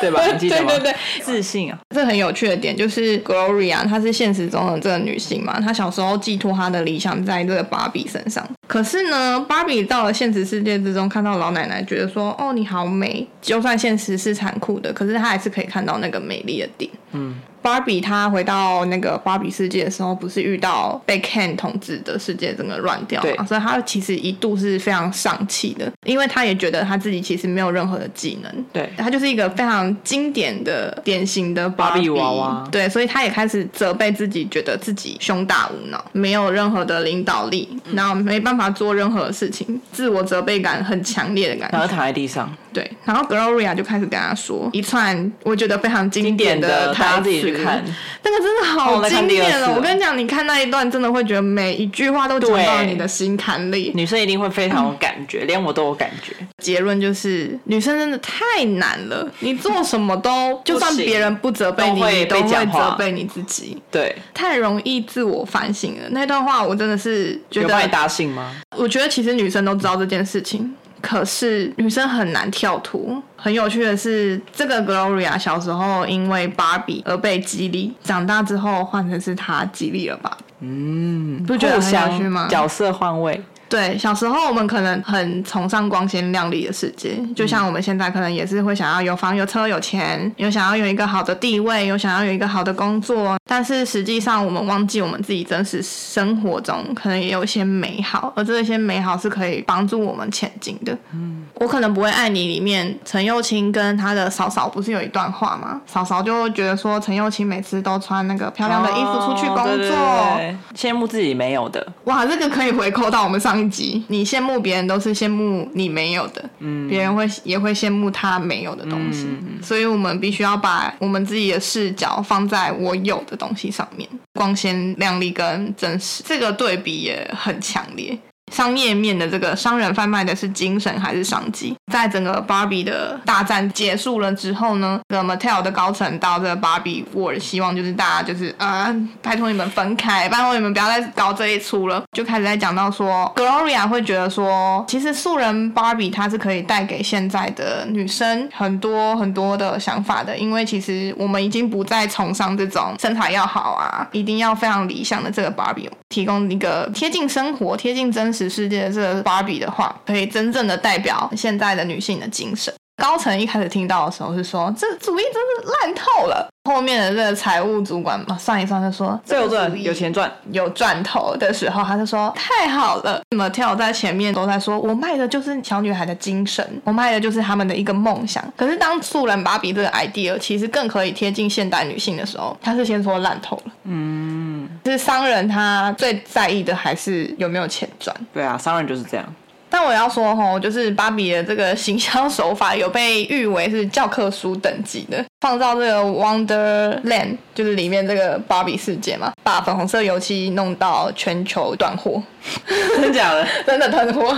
[SPEAKER 2] 对吧？你记得
[SPEAKER 3] 对
[SPEAKER 2] 吗？
[SPEAKER 3] 对对，
[SPEAKER 2] 自信啊，
[SPEAKER 3] 这很有趣的点就是 Gloria，她是现实中的这个女性嘛，她小时候寄托她的理想在这个芭比身上。可是呢，芭比到了现实世界之中，看到老奶奶，觉得说：“哦，你好美。”就算现实是残酷的，可是她还是可以看到那个美丽的点。
[SPEAKER 2] 嗯，
[SPEAKER 3] 芭比她回到那个芭比世界的时候，不是遇到被 Ken 统治的世界整个乱掉
[SPEAKER 2] 对
[SPEAKER 3] 嘛，所以她其实一度是非常丧气的，因为她也觉得她自己其实没有任何的技能，
[SPEAKER 2] 对，
[SPEAKER 3] 她就是一个非常经典的典型的芭
[SPEAKER 2] 芭比娃娃
[SPEAKER 3] 对，所以她也开始责备自己，觉得自己胸大无脑，没有任何的领导力，
[SPEAKER 2] 嗯
[SPEAKER 3] 然后没办法做任何事情，自我责备感很强烈的感
[SPEAKER 2] 然后
[SPEAKER 3] 觉。
[SPEAKER 2] 躺在地上，
[SPEAKER 3] 对，然后 Gloria 就开始跟她说一串我觉得非常经
[SPEAKER 2] 经典哦
[SPEAKER 3] 的
[SPEAKER 2] 的大
[SPEAKER 3] 台
[SPEAKER 2] 家自己
[SPEAKER 3] 词
[SPEAKER 2] 去
[SPEAKER 3] 去
[SPEAKER 2] 看
[SPEAKER 3] 那个真的
[SPEAKER 2] 哦我
[SPEAKER 3] 好
[SPEAKER 2] 在看
[SPEAKER 3] 经
[SPEAKER 2] 第二
[SPEAKER 3] 典
[SPEAKER 2] 次
[SPEAKER 3] 哦！
[SPEAKER 2] 了
[SPEAKER 3] 我跟你讲，你看那一段真的会觉得每一句话都讲到
[SPEAKER 2] 对
[SPEAKER 3] 你的心坎里。
[SPEAKER 2] 女生一定会非常有感觉，连我都有感觉。
[SPEAKER 3] 结论就是，女生真的太难了，你做什么都，就算别人不责备你，
[SPEAKER 2] 都会
[SPEAKER 3] 你都
[SPEAKER 2] 被
[SPEAKER 3] 会
[SPEAKER 2] 讲话
[SPEAKER 3] 责备你自己，
[SPEAKER 2] 对，
[SPEAKER 3] 太容易自我反省了。那段话我真的是觉
[SPEAKER 2] 有帮你
[SPEAKER 3] 得，
[SPEAKER 2] 搭信吗？
[SPEAKER 3] 我觉得其实女生都知道这件事情。可是女生很难跳脱。很有趣的是，这个 Gloria 小时候因为芭比而被激励，长大之后换成是她激励了吧？嗯，不觉得
[SPEAKER 2] 互
[SPEAKER 3] 很有趣吗
[SPEAKER 2] 相？角色换位，
[SPEAKER 3] 对，小时候我们可能很崇尚光鲜亮丽的世界，
[SPEAKER 2] 嗯
[SPEAKER 3] 就像我们现在可能也是会想要有房有车有钱，有想要有一个好的地位，有想要有一个好的工作。但是实际上，我们忘记我们自己真实生活中可能也有一些美好，而这些美好是可以帮助我们前进的。
[SPEAKER 2] 嗯
[SPEAKER 3] 我可能不会爱你里面，陈幼卿跟她的嫂嫂不是有一段话吗？嫂嫂就觉得说，陈幼卿每次都穿那个漂亮的衣服出去工作。
[SPEAKER 2] 哦对对对对羡慕自己没有的，
[SPEAKER 3] 哇，这个可以回扣到我们上一集，你羡慕别人都是羡慕你没有的，嗯，别人会也会羡慕他没有的东西，所以我们必须要把我们自己的视角放在我有的东西上面，光鲜亮丽跟真实这个对比也很强烈。商业面的这个商人贩卖的是精神还是商机？在整个芭比的大战结束了之后呢，这个 Mattel 的高层到这个芭比 World，希望就是大家就是啊、拜托你们分开，拜托你们不要再搞这一出了，就开始在讲到说，Gloria 会觉得说，其实素人芭比她是可以带给现在的女生很多很多的想法的，因为其实我们已经不再崇尚这种身材要好啊，一定要非常理想的这个芭比，提供一个贴近生活、贴近真实世界的这个芭比的话，可以真正的代表现在的女性的精神。高层一开始听到的时候是说，这主意真是烂透了。后面的这个财务主管嘛，算一算就说，
[SPEAKER 2] 最有
[SPEAKER 3] 主
[SPEAKER 2] 赚
[SPEAKER 3] 意
[SPEAKER 2] 有钱赚，
[SPEAKER 3] 有赚头的时候，他就说太好了。m a t e l 在前面都在说，我卖的就是小女孩的精神，我卖的就是她们的一个梦想。可是当素人芭比这个 idea 其实更可以贴近现代女性的时候，他是先说烂透了。嗯，就是商人他最在意的还是有没有钱赚。
[SPEAKER 2] 对啊，商人就是这样。
[SPEAKER 3] 但我要说吼，就是芭比的这个行销手法有被誉为是教科书等级的，放到这个 Wonderland 就是里面这个芭比世界嘛，把粉红色油漆弄到全球断货，
[SPEAKER 2] (laughs) 真假的？
[SPEAKER 3] (laughs) 真的断
[SPEAKER 2] (laughs)
[SPEAKER 3] 货。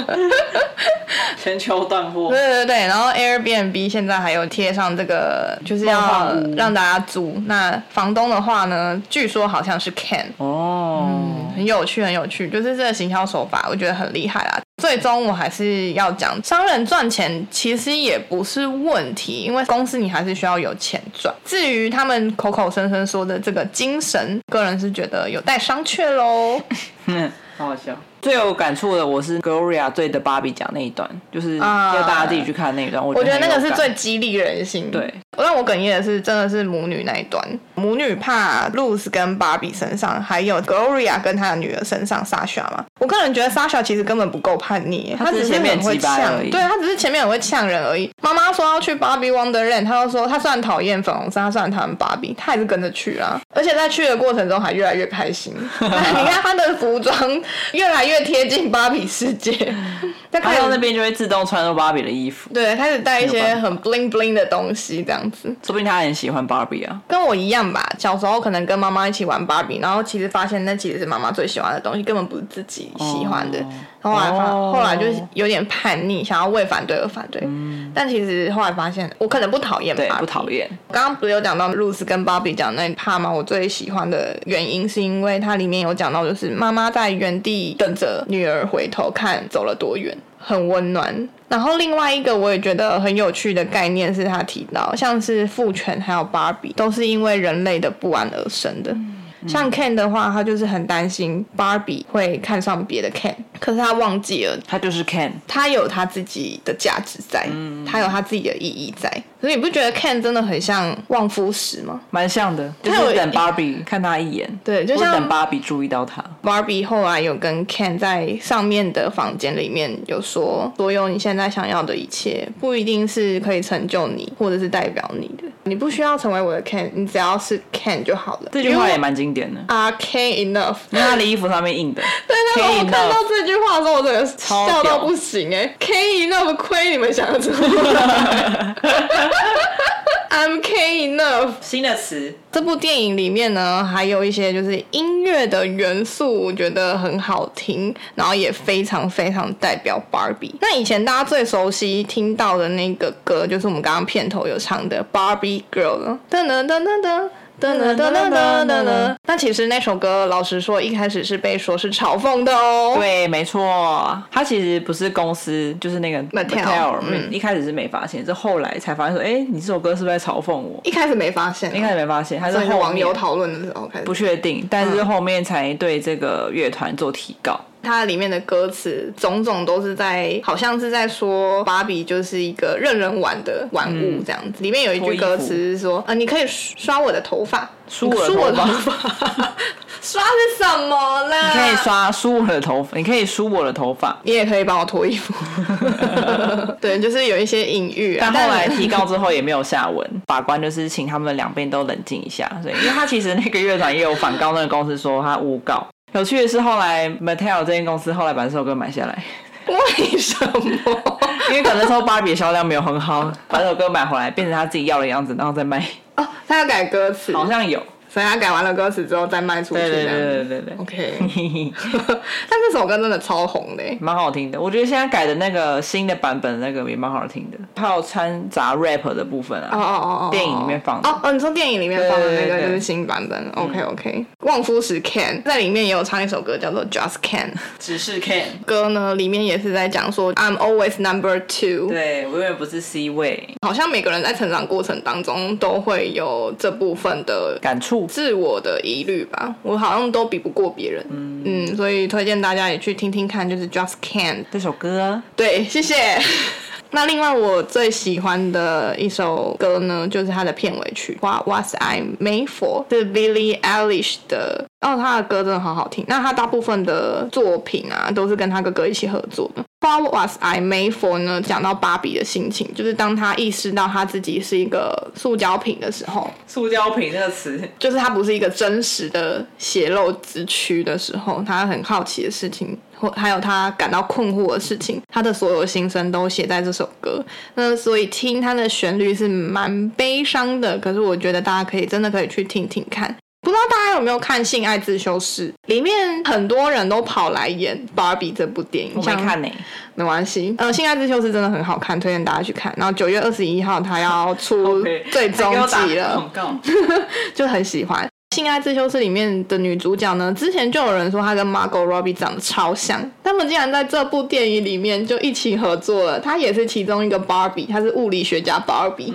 [SPEAKER 2] 全球断货
[SPEAKER 3] 对对对，然后 Airbnb 现在还有贴上这个，就是
[SPEAKER 2] 梦
[SPEAKER 3] 要
[SPEAKER 2] 幻屋
[SPEAKER 3] 让大家租。那房东的话呢，据说好像是 Ken，
[SPEAKER 2] 哦，
[SPEAKER 3] 很有趣，很有趣，就是这个行销手法，我觉得很厉害啦。最终我还是要讲，商人赚钱其实也不是问题，因为公司你还是需要有钱赚。至于他们口口声声说的这个精神，个人是觉得有待商榷喽。
[SPEAKER 2] 嗯， (laughs) 好好笑。最有感触的我是 Gloria 对的芭比讲那一段，就是
[SPEAKER 3] 啊
[SPEAKER 2] 要大家自己去看那一段。我
[SPEAKER 3] 我觉得
[SPEAKER 2] 很
[SPEAKER 3] 那个
[SPEAKER 2] 有
[SPEAKER 3] 是
[SPEAKER 2] 感
[SPEAKER 3] 最激励人心。
[SPEAKER 2] 对，
[SPEAKER 3] 让我哽咽的是，真的是母女那一段，母女怕 Rose 跟芭比身上，还有 Gloria 跟她的女儿身上 Sasha 嘛。我个人觉得 Sasha 其实根本不够叛逆，
[SPEAKER 2] 她
[SPEAKER 3] 她
[SPEAKER 2] 只是
[SPEAKER 3] 是很会
[SPEAKER 2] 前面几百
[SPEAKER 3] 呛
[SPEAKER 2] 而，已
[SPEAKER 3] 对她只是前面很会呛人而已。妈妈说要去芭比 Wonderland，她就说她虽然讨厌粉红色，她虽然讨厌芭比，她还是跟着去啦。而且在去的过程中还越来越
[SPEAKER 2] (laughs)
[SPEAKER 3] 开心。你看她的服装越来越贴近芭比世界，在
[SPEAKER 2] 他
[SPEAKER 3] 看
[SPEAKER 2] 到那边就会自动穿入芭比的衣服，
[SPEAKER 3] 对，开始带一
[SPEAKER 2] 没有
[SPEAKER 3] 些
[SPEAKER 2] 办
[SPEAKER 3] 很 bling bling 的东西，这样子，
[SPEAKER 2] 说不定他很喜欢芭比啊。
[SPEAKER 3] 跟我一样吧。小时候可能跟妈妈一起玩芭比，然后其实发现那其实是妈妈最喜欢的东西，根本不是自己喜欢的。
[SPEAKER 2] 哦
[SPEAKER 3] 后来发，
[SPEAKER 2] 哦
[SPEAKER 3] 后来就是有点叛逆，想要为反对而反对。但其实后来发现，我可能不讨
[SPEAKER 2] 嗯
[SPEAKER 3] 厌
[SPEAKER 2] 对，
[SPEAKER 3] 芭
[SPEAKER 2] 不
[SPEAKER 3] 比，
[SPEAKER 2] 讨厌。
[SPEAKER 3] 刚刚不是有讲到露丝跟芭比讲那一趴吗？我最喜欢的原因是因为它里面有讲到，就是妈妈在原地等着女儿回头看走了多远，很温暖。然后另外一个我也觉得很有趣的概念是他提到，像是父权还有芭比都是因为人类的不安而生的。像 Ken 的话，他就是很担心芭比会看上别的 Ken，可是他忘记了
[SPEAKER 2] 他就是 Ken，
[SPEAKER 3] 他有他自己的价值在，
[SPEAKER 2] 嗯
[SPEAKER 3] 他有他自己的意义在。可是你不觉得 Ken 真的很像旺夫石吗？
[SPEAKER 2] 蛮像的，就
[SPEAKER 3] 他有
[SPEAKER 2] 是
[SPEAKER 3] 一
[SPEAKER 2] 等芭比看他一眼，
[SPEAKER 3] 对就
[SPEAKER 2] 或者
[SPEAKER 3] 像
[SPEAKER 2] 等芭比注意到他。
[SPEAKER 3] Barbie 后来有跟 Ken 在上面的房间里面有说，所有你现在想要的一切，不一定是可以成就你，或者是代表你的。你不需要成为我的 Ken，你只要是 Ken 就好了。
[SPEAKER 2] 这句话也
[SPEAKER 3] 因为
[SPEAKER 2] 蛮经典的，
[SPEAKER 3] 我啊 Ken enough。
[SPEAKER 2] 因为他的衣服上面印的。
[SPEAKER 3] 对，那时候我
[SPEAKER 2] Ken
[SPEAKER 3] 看到
[SPEAKER 2] enough
[SPEAKER 3] 这句话的时候，我整个
[SPEAKER 2] 超
[SPEAKER 3] 笑到
[SPEAKER 2] 屌
[SPEAKER 3] 不行哎、K enough 亏你们想得出来。 I'm K enough。
[SPEAKER 2] 新的词，
[SPEAKER 3] 这部电影里面呢，还有一些就是音乐的元素，我觉得很好听，然后也非常非常代表 Barbie。那以前大家最熟悉听到的那个歌，就是我们刚刚片头有唱的 Barbie Girl 了，噔噔噔噔噔。噔噔噔噔噔噔噔。那其实那首歌，老实说，一开始是被说是嘲讽的哦。
[SPEAKER 2] 对，没错，它其实不是公司，就是那个
[SPEAKER 3] Mattel，嗯
[SPEAKER 2] 一开始是没发现，是后来才发现说，哎、你这首歌是不是在嘲讽我？
[SPEAKER 3] 一开始没发现哦，
[SPEAKER 2] 一开始没发现，它是
[SPEAKER 3] 所以是
[SPEAKER 2] 后
[SPEAKER 3] 网友
[SPEAKER 2] 面
[SPEAKER 3] 讨论嗯的时候开始。
[SPEAKER 2] 不确定，但是后面才对这个乐团做提告。
[SPEAKER 3] 它里面的歌词种种都是在，好像是在说芭比就是一个任人玩的玩
[SPEAKER 2] 嗯
[SPEAKER 3] 物这样子。里面有一句歌词是说，呃，你可以刷我的头发，
[SPEAKER 2] 梳我的
[SPEAKER 3] 梳我
[SPEAKER 2] 头发
[SPEAKER 3] 发， (laughs) 刷是什么啦？
[SPEAKER 2] 你可以刷梳我的头发，你可以梳我的头发。
[SPEAKER 3] 你也可以帮我
[SPEAKER 2] (laughs)
[SPEAKER 3] 脱衣服。对，就是有一些隐喻、啊
[SPEAKER 2] 但。后来提告之后也没有下文，法官就是请他们两边都冷静一下，所以因为他其实那个乐团也有反告那个公司说他诬告。有趣的是，后来 Mattel 这间公司后来把这首歌买下来，
[SPEAKER 3] 为什么？
[SPEAKER 2] 因为可能那时候芭比销量没有很好，把这首歌买回来变成他自己要的样子，然后再卖，
[SPEAKER 3] 哦，他要改歌词，
[SPEAKER 2] (laughs) 好像有。
[SPEAKER 3] 所以他改完了歌词之后再卖出去
[SPEAKER 2] 对
[SPEAKER 3] 这
[SPEAKER 2] 对
[SPEAKER 3] 样子。
[SPEAKER 2] 对对对对
[SPEAKER 3] OK， (laughs)
[SPEAKER 2] 对，
[SPEAKER 3] 但这首歌真的超红的欸。
[SPEAKER 2] 蛮好听的。我觉得现在改的那个新的版本那个也蛮好听的，它有掺杂 rap 的部分
[SPEAKER 3] 哦
[SPEAKER 2] 啊。
[SPEAKER 3] 哦哦哦，
[SPEAKER 2] 电影里面放的
[SPEAKER 3] 哦哦，你说电影里面放的那
[SPEAKER 2] 对对嗯
[SPEAKER 3] 个
[SPEAKER 2] 对
[SPEAKER 3] 就是新版本。OK OK，旺夫石 Can 在里面也有唱一首歌叫做 Just Can，
[SPEAKER 2] 只是 can，
[SPEAKER 3] 歌呢里面也是在讲说 I'm always number two。
[SPEAKER 2] 对我永远不是 C 位，
[SPEAKER 3] 好像每个人在成长过程当中都会有这部分的
[SPEAKER 2] 感触
[SPEAKER 3] 自我的疑虑吧，我好像都比不过别人，嗯所以推荐大家也去听听看，就是 Just Can
[SPEAKER 2] 这首歌啊
[SPEAKER 3] 对，谢谢。那另外我最喜欢的一首歌呢，就是它的片尾曲《What Was I Made For》是 Billie Eilish 的。哦，他的歌真的好好听。那他大部分的作品啊，都是跟他哥哥一起合作的。What Was I Made For 呢？讲到芭比的心情，就是当他意识到他自己是一个塑胶品的时候，
[SPEAKER 2] 塑胶瓶这个
[SPEAKER 3] (laughs)
[SPEAKER 2] 词，
[SPEAKER 3] 就是它不是一个真实的血肉之躯的时候，他很好奇的事情，或还有他感到困惑的事情，他的所有心声都写在这首歌。那所以听它的旋律是蛮悲伤的，可是我觉得大家可以真的可以去听听看。不知道大家有没有看《性爱自修室》？里面很多人都跑来演《芭比》这部电影，
[SPEAKER 2] 我没
[SPEAKER 3] 像
[SPEAKER 2] 看呢、
[SPEAKER 3] 没关系。呃，《性爱之修》是真的很好看，推荐大家去看。然后九月二十一号，它
[SPEAKER 2] (laughs)
[SPEAKER 3] 要出最终季了， (laughs)
[SPEAKER 2] 告，
[SPEAKER 3] 就很喜欢。《性爱自修室》里面的女主角呢，之前就有人说她跟 Margot Robbie 长得超像，他们竟然在这部电影里面就一起合作了。她也是其中一个 Barbie，她是物理学家 Barbie，、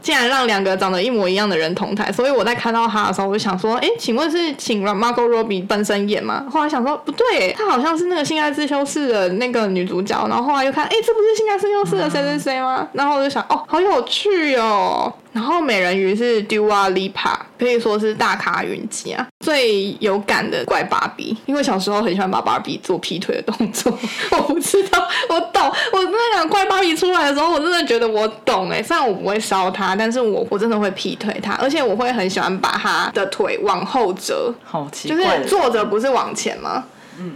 [SPEAKER 3] 竟然让两个长得一模一样的人同台。所以我在看到她的时候，我就想说，哎，请问是请 Margot Robbie 本身演吗？后来想说不对，她好像是那个《性爱自修室》的那个女主角。然后后来又看，哎，这不是《性爱自修室》的谁谁谁吗？然后我就想，哦，好有趣哦。然后美人鱼是 Dua Lipa，可以说是大咖云集啊。最有感的怪芭比，因为小时候很喜欢把芭比做劈腿的动作。 (laughs) 我不知道，我懂。我真的讲怪芭比出来的时候，我真的觉得我懂哎、虽然我不会烧它，但是我我真的会劈腿它，而且我会很喜欢把它的腿往后折，
[SPEAKER 2] 好奇
[SPEAKER 3] 就
[SPEAKER 2] 怪
[SPEAKER 3] 是
[SPEAKER 2] 的，
[SPEAKER 3] 坐着不是往前吗？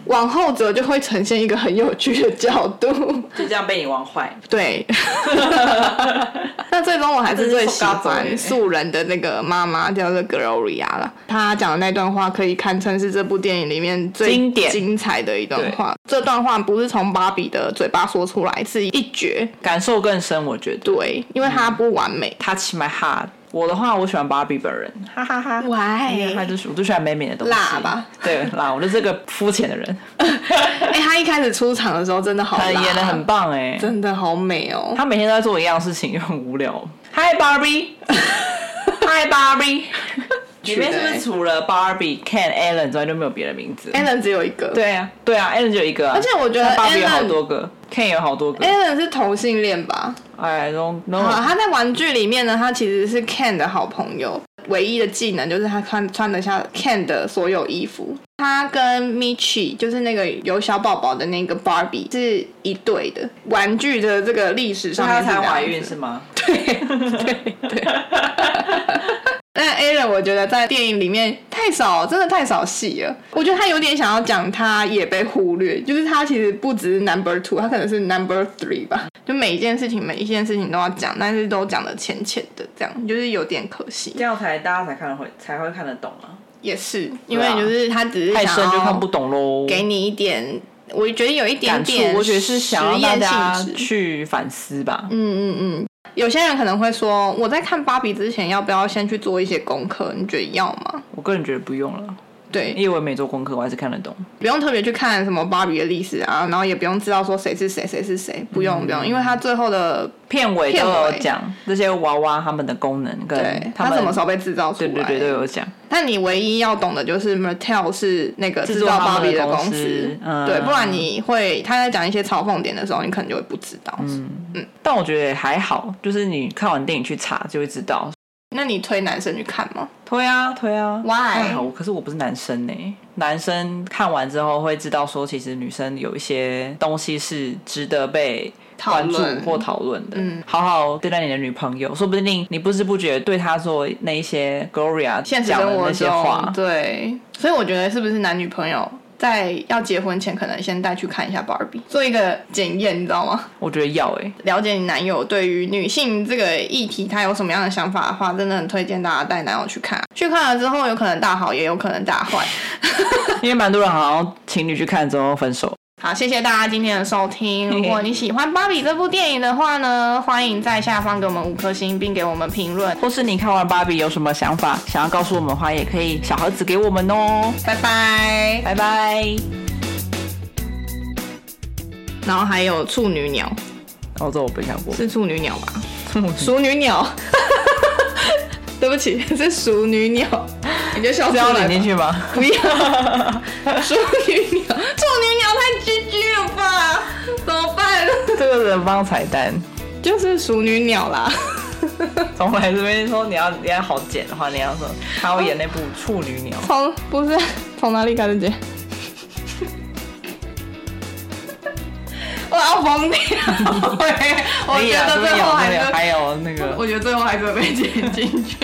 [SPEAKER 3] 往后折就会呈现一个很有趣的角度。
[SPEAKER 2] 就这样被你玩
[SPEAKER 3] (laughs)
[SPEAKER 2] 坏。
[SPEAKER 3] 对， (laughs) 那最终我还是最喜欢素人的那个妈妈，叫做 Gloria 啦。她讲的那段话可以堪称是这部电影里面最
[SPEAKER 2] 经典
[SPEAKER 3] 精彩的一段话。这段话不是从芭比的嘴巴说出来，是一绝。
[SPEAKER 2] 感受更深，我觉得。
[SPEAKER 3] 对，因为它不完美。
[SPEAKER 2] Touch my heart。我的话，我喜欢芭比本人，哈哈哈。因为他
[SPEAKER 3] 喂，
[SPEAKER 2] 就是我就喜欢美美的东西，
[SPEAKER 3] 辣吧？
[SPEAKER 2] 对，辣，我就是个肤浅的
[SPEAKER 3] (laughs)
[SPEAKER 2] 人。
[SPEAKER 3] 哎、她一开始出场的时候真的好
[SPEAKER 2] 很
[SPEAKER 3] 辣
[SPEAKER 2] 演的很，棒哎、
[SPEAKER 3] 真的好美哦。
[SPEAKER 2] 他每天都在做一样的事情，就很无聊。Hi (laughs) Barbie，Hi Barbie，里
[SPEAKER 3] (laughs) 欸
[SPEAKER 2] 面是不是除了 Barbie、Ken、Allen 之外就没有别的名字？
[SPEAKER 3] Allen 只有一个，
[SPEAKER 2] 对啊，对啊，Allen 就有一个啊、
[SPEAKER 3] 而且我觉得
[SPEAKER 2] 但 Barbie 有好
[SPEAKER 3] Alan- 哎
[SPEAKER 2] 多个，Ken 有好多个。
[SPEAKER 3] ，Allen 是同性恋吧？
[SPEAKER 2] 哎，no
[SPEAKER 3] 啊，
[SPEAKER 2] no，
[SPEAKER 3] 他在玩具里面呢，他其实是 Ken 的好朋友，唯一的技能就是他穿穿得下 Ken 的所有衣服。他跟 Michi 就是那个有小宝宝的那个 Barbie 是一对的。玩具的这个历史上
[SPEAKER 2] 她 (laughs)
[SPEAKER 3] 面是
[SPEAKER 2] 才
[SPEAKER 3] 这样
[SPEAKER 2] 怀孕
[SPEAKER 3] 子
[SPEAKER 2] 是吗？
[SPEAKER 3] 对对对。但 A 人我觉得在电影里面太少，真的太少戏了。我觉得他有点想要讲，他也被忽略，就是他其实不只是 number two，他可能是 number three 吧。就每一件事情，每一件事情都要讲，但是都讲的浅浅的，这样就是有点可惜
[SPEAKER 4] 这。样才大家才看得会才会看得懂啊。
[SPEAKER 3] 也是，
[SPEAKER 2] 对
[SPEAKER 3] 因为
[SPEAKER 2] 啊
[SPEAKER 3] 就是他只是
[SPEAKER 2] 太
[SPEAKER 3] 想
[SPEAKER 2] 深就看不
[SPEAKER 3] 要
[SPEAKER 2] 懂喽。
[SPEAKER 3] 给你一点，我觉得有一点
[SPEAKER 2] 感触
[SPEAKER 3] 点，
[SPEAKER 2] 我觉得是想要
[SPEAKER 3] 实
[SPEAKER 2] 大
[SPEAKER 3] 验
[SPEAKER 2] 家
[SPEAKER 3] 性质
[SPEAKER 2] 去反思吧。
[SPEAKER 3] 嗯嗯嗯，有些人可能会说，我在看芭比之前，要不要先去做一些功课？你觉得要吗？
[SPEAKER 2] 我个人觉得不用了，因
[SPEAKER 3] 对，
[SPEAKER 2] 为我也没做功课，我还是看得懂。
[SPEAKER 3] 不用特别去看什么芭比的历史啊，然后也不用知道说谁是谁，谁是谁，不
[SPEAKER 2] 嗯
[SPEAKER 3] 用不用，因为他最后的
[SPEAKER 2] 片尾都
[SPEAKER 3] 片
[SPEAKER 2] 有
[SPEAKER 3] 尾
[SPEAKER 2] 讲这些娃娃他们的功能
[SPEAKER 3] 对
[SPEAKER 2] 跟
[SPEAKER 3] 他
[SPEAKER 2] 们
[SPEAKER 3] 什么时候被制造出
[SPEAKER 2] 对
[SPEAKER 3] 来，
[SPEAKER 2] 对对都有讲。
[SPEAKER 3] 但你唯一要懂的就是 Mattel 是那个
[SPEAKER 2] 制
[SPEAKER 3] 制
[SPEAKER 2] 作
[SPEAKER 3] 造
[SPEAKER 2] 他
[SPEAKER 3] 芭
[SPEAKER 2] 们
[SPEAKER 3] 比
[SPEAKER 2] 的
[SPEAKER 3] 的
[SPEAKER 2] 公
[SPEAKER 3] 公
[SPEAKER 2] 司
[SPEAKER 3] 司，
[SPEAKER 2] 嗯
[SPEAKER 3] 对，不然你会他在讲一些嘲讽点的时候，你可能就会不知道。
[SPEAKER 2] 嗯但我觉得也还好，就是你看完电影去查就会知道。
[SPEAKER 3] 那你推男生去看吗？
[SPEAKER 2] 推啊推啊
[SPEAKER 3] Why？
[SPEAKER 2] 哎呀我可是我不是男生呢、男生看完之后会知道说，其实女生有一些东西是值得被
[SPEAKER 3] 讨
[SPEAKER 2] 关
[SPEAKER 3] 论
[SPEAKER 2] 注或讨论的。
[SPEAKER 3] 嗯
[SPEAKER 2] 好好对待你的女朋友，说不定你不知不觉对她做那一些 Gloria
[SPEAKER 3] 现实
[SPEAKER 2] 讲的
[SPEAKER 3] 生活
[SPEAKER 2] 那些话
[SPEAKER 3] 中，，对，所以我觉得是不是男女朋友在要结婚前，可能先带去看一下芭比，做一个检验，你知道吗？
[SPEAKER 2] 我觉得要哎、
[SPEAKER 3] 了解你男友对于女性这个议题他有什么样的想法的话，真的很推荐大家带男友去看。去看了之后，有可能大好，也有可能大坏。 (laughs)
[SPEAKER 2] 因为蛮多人好像情侣去看之后分手。
[SPEAKER 3] 好，谢谢大家今天的收 (laughs) 听。如果你喜欢《芭比》这部电影的话呢，欢迎在下方给我们五颗星，并给我们评论。
[SPEAKER 2] 或是你看完芭比有什么想法，想要告诉我们的话，也可以小盒子给我们哦。
[SPEAKER 3] 拜拜。
[SPEAKER 2] 拜拜。
[SPEAKER 3] 然后还有处女鸟，
[SPEAKER 2] 哦，这我没
[SPEAKER 3] (laughs)
[SPEAKER 2] 看过。
[SPEAKER 3] 是处女鸟吧？熟女鸟， (laughs) 对不起，是熟女鸟，你就笑
[SPEAKER 2] (laughs) 这
[SPEAKER 3] 出
[SPEAKER 2] 要
[SPEAKER 3] 来
[SPEAKER 2] 领进
[SPEAKER 3] 吧。
[SPEAKER 2] 去吗？
[SPEAKER 3] 不要，熟女鸟，处女鸟太居居了吧？怎么办？
[SPEAKER 2] (laughs) 这个人帮彩蛋，
[SPEAKER 3] 就是熟女鸟啦。
[SPEAKER 2] 从来这边说你要你要好剪的话，你要说他要演那部《处女鸟》。
[SPEAKER 3] 从不是从哪里开始剪？ (laughs) 我要疯 (laughs) 掉！我
[SPEAKER 2] 可以
[SPEAKER 3] 觉
[SPEAKER 2] 啊
[SPEAKER 3] 得
[SPEAKER 2] 这边
[SPEAKER 3] 最
[SPEAKER 2] 有
[SPEAKER 3] 后
[SPEAKER 2] 那
[SPEAKER 3] 还
[SPEAKER 2] 个
[SPEAKER 3] 是，
[SPEAKER 2] 还有那个
[SPEAKER 3] 我觉得最后还是会被剪进去。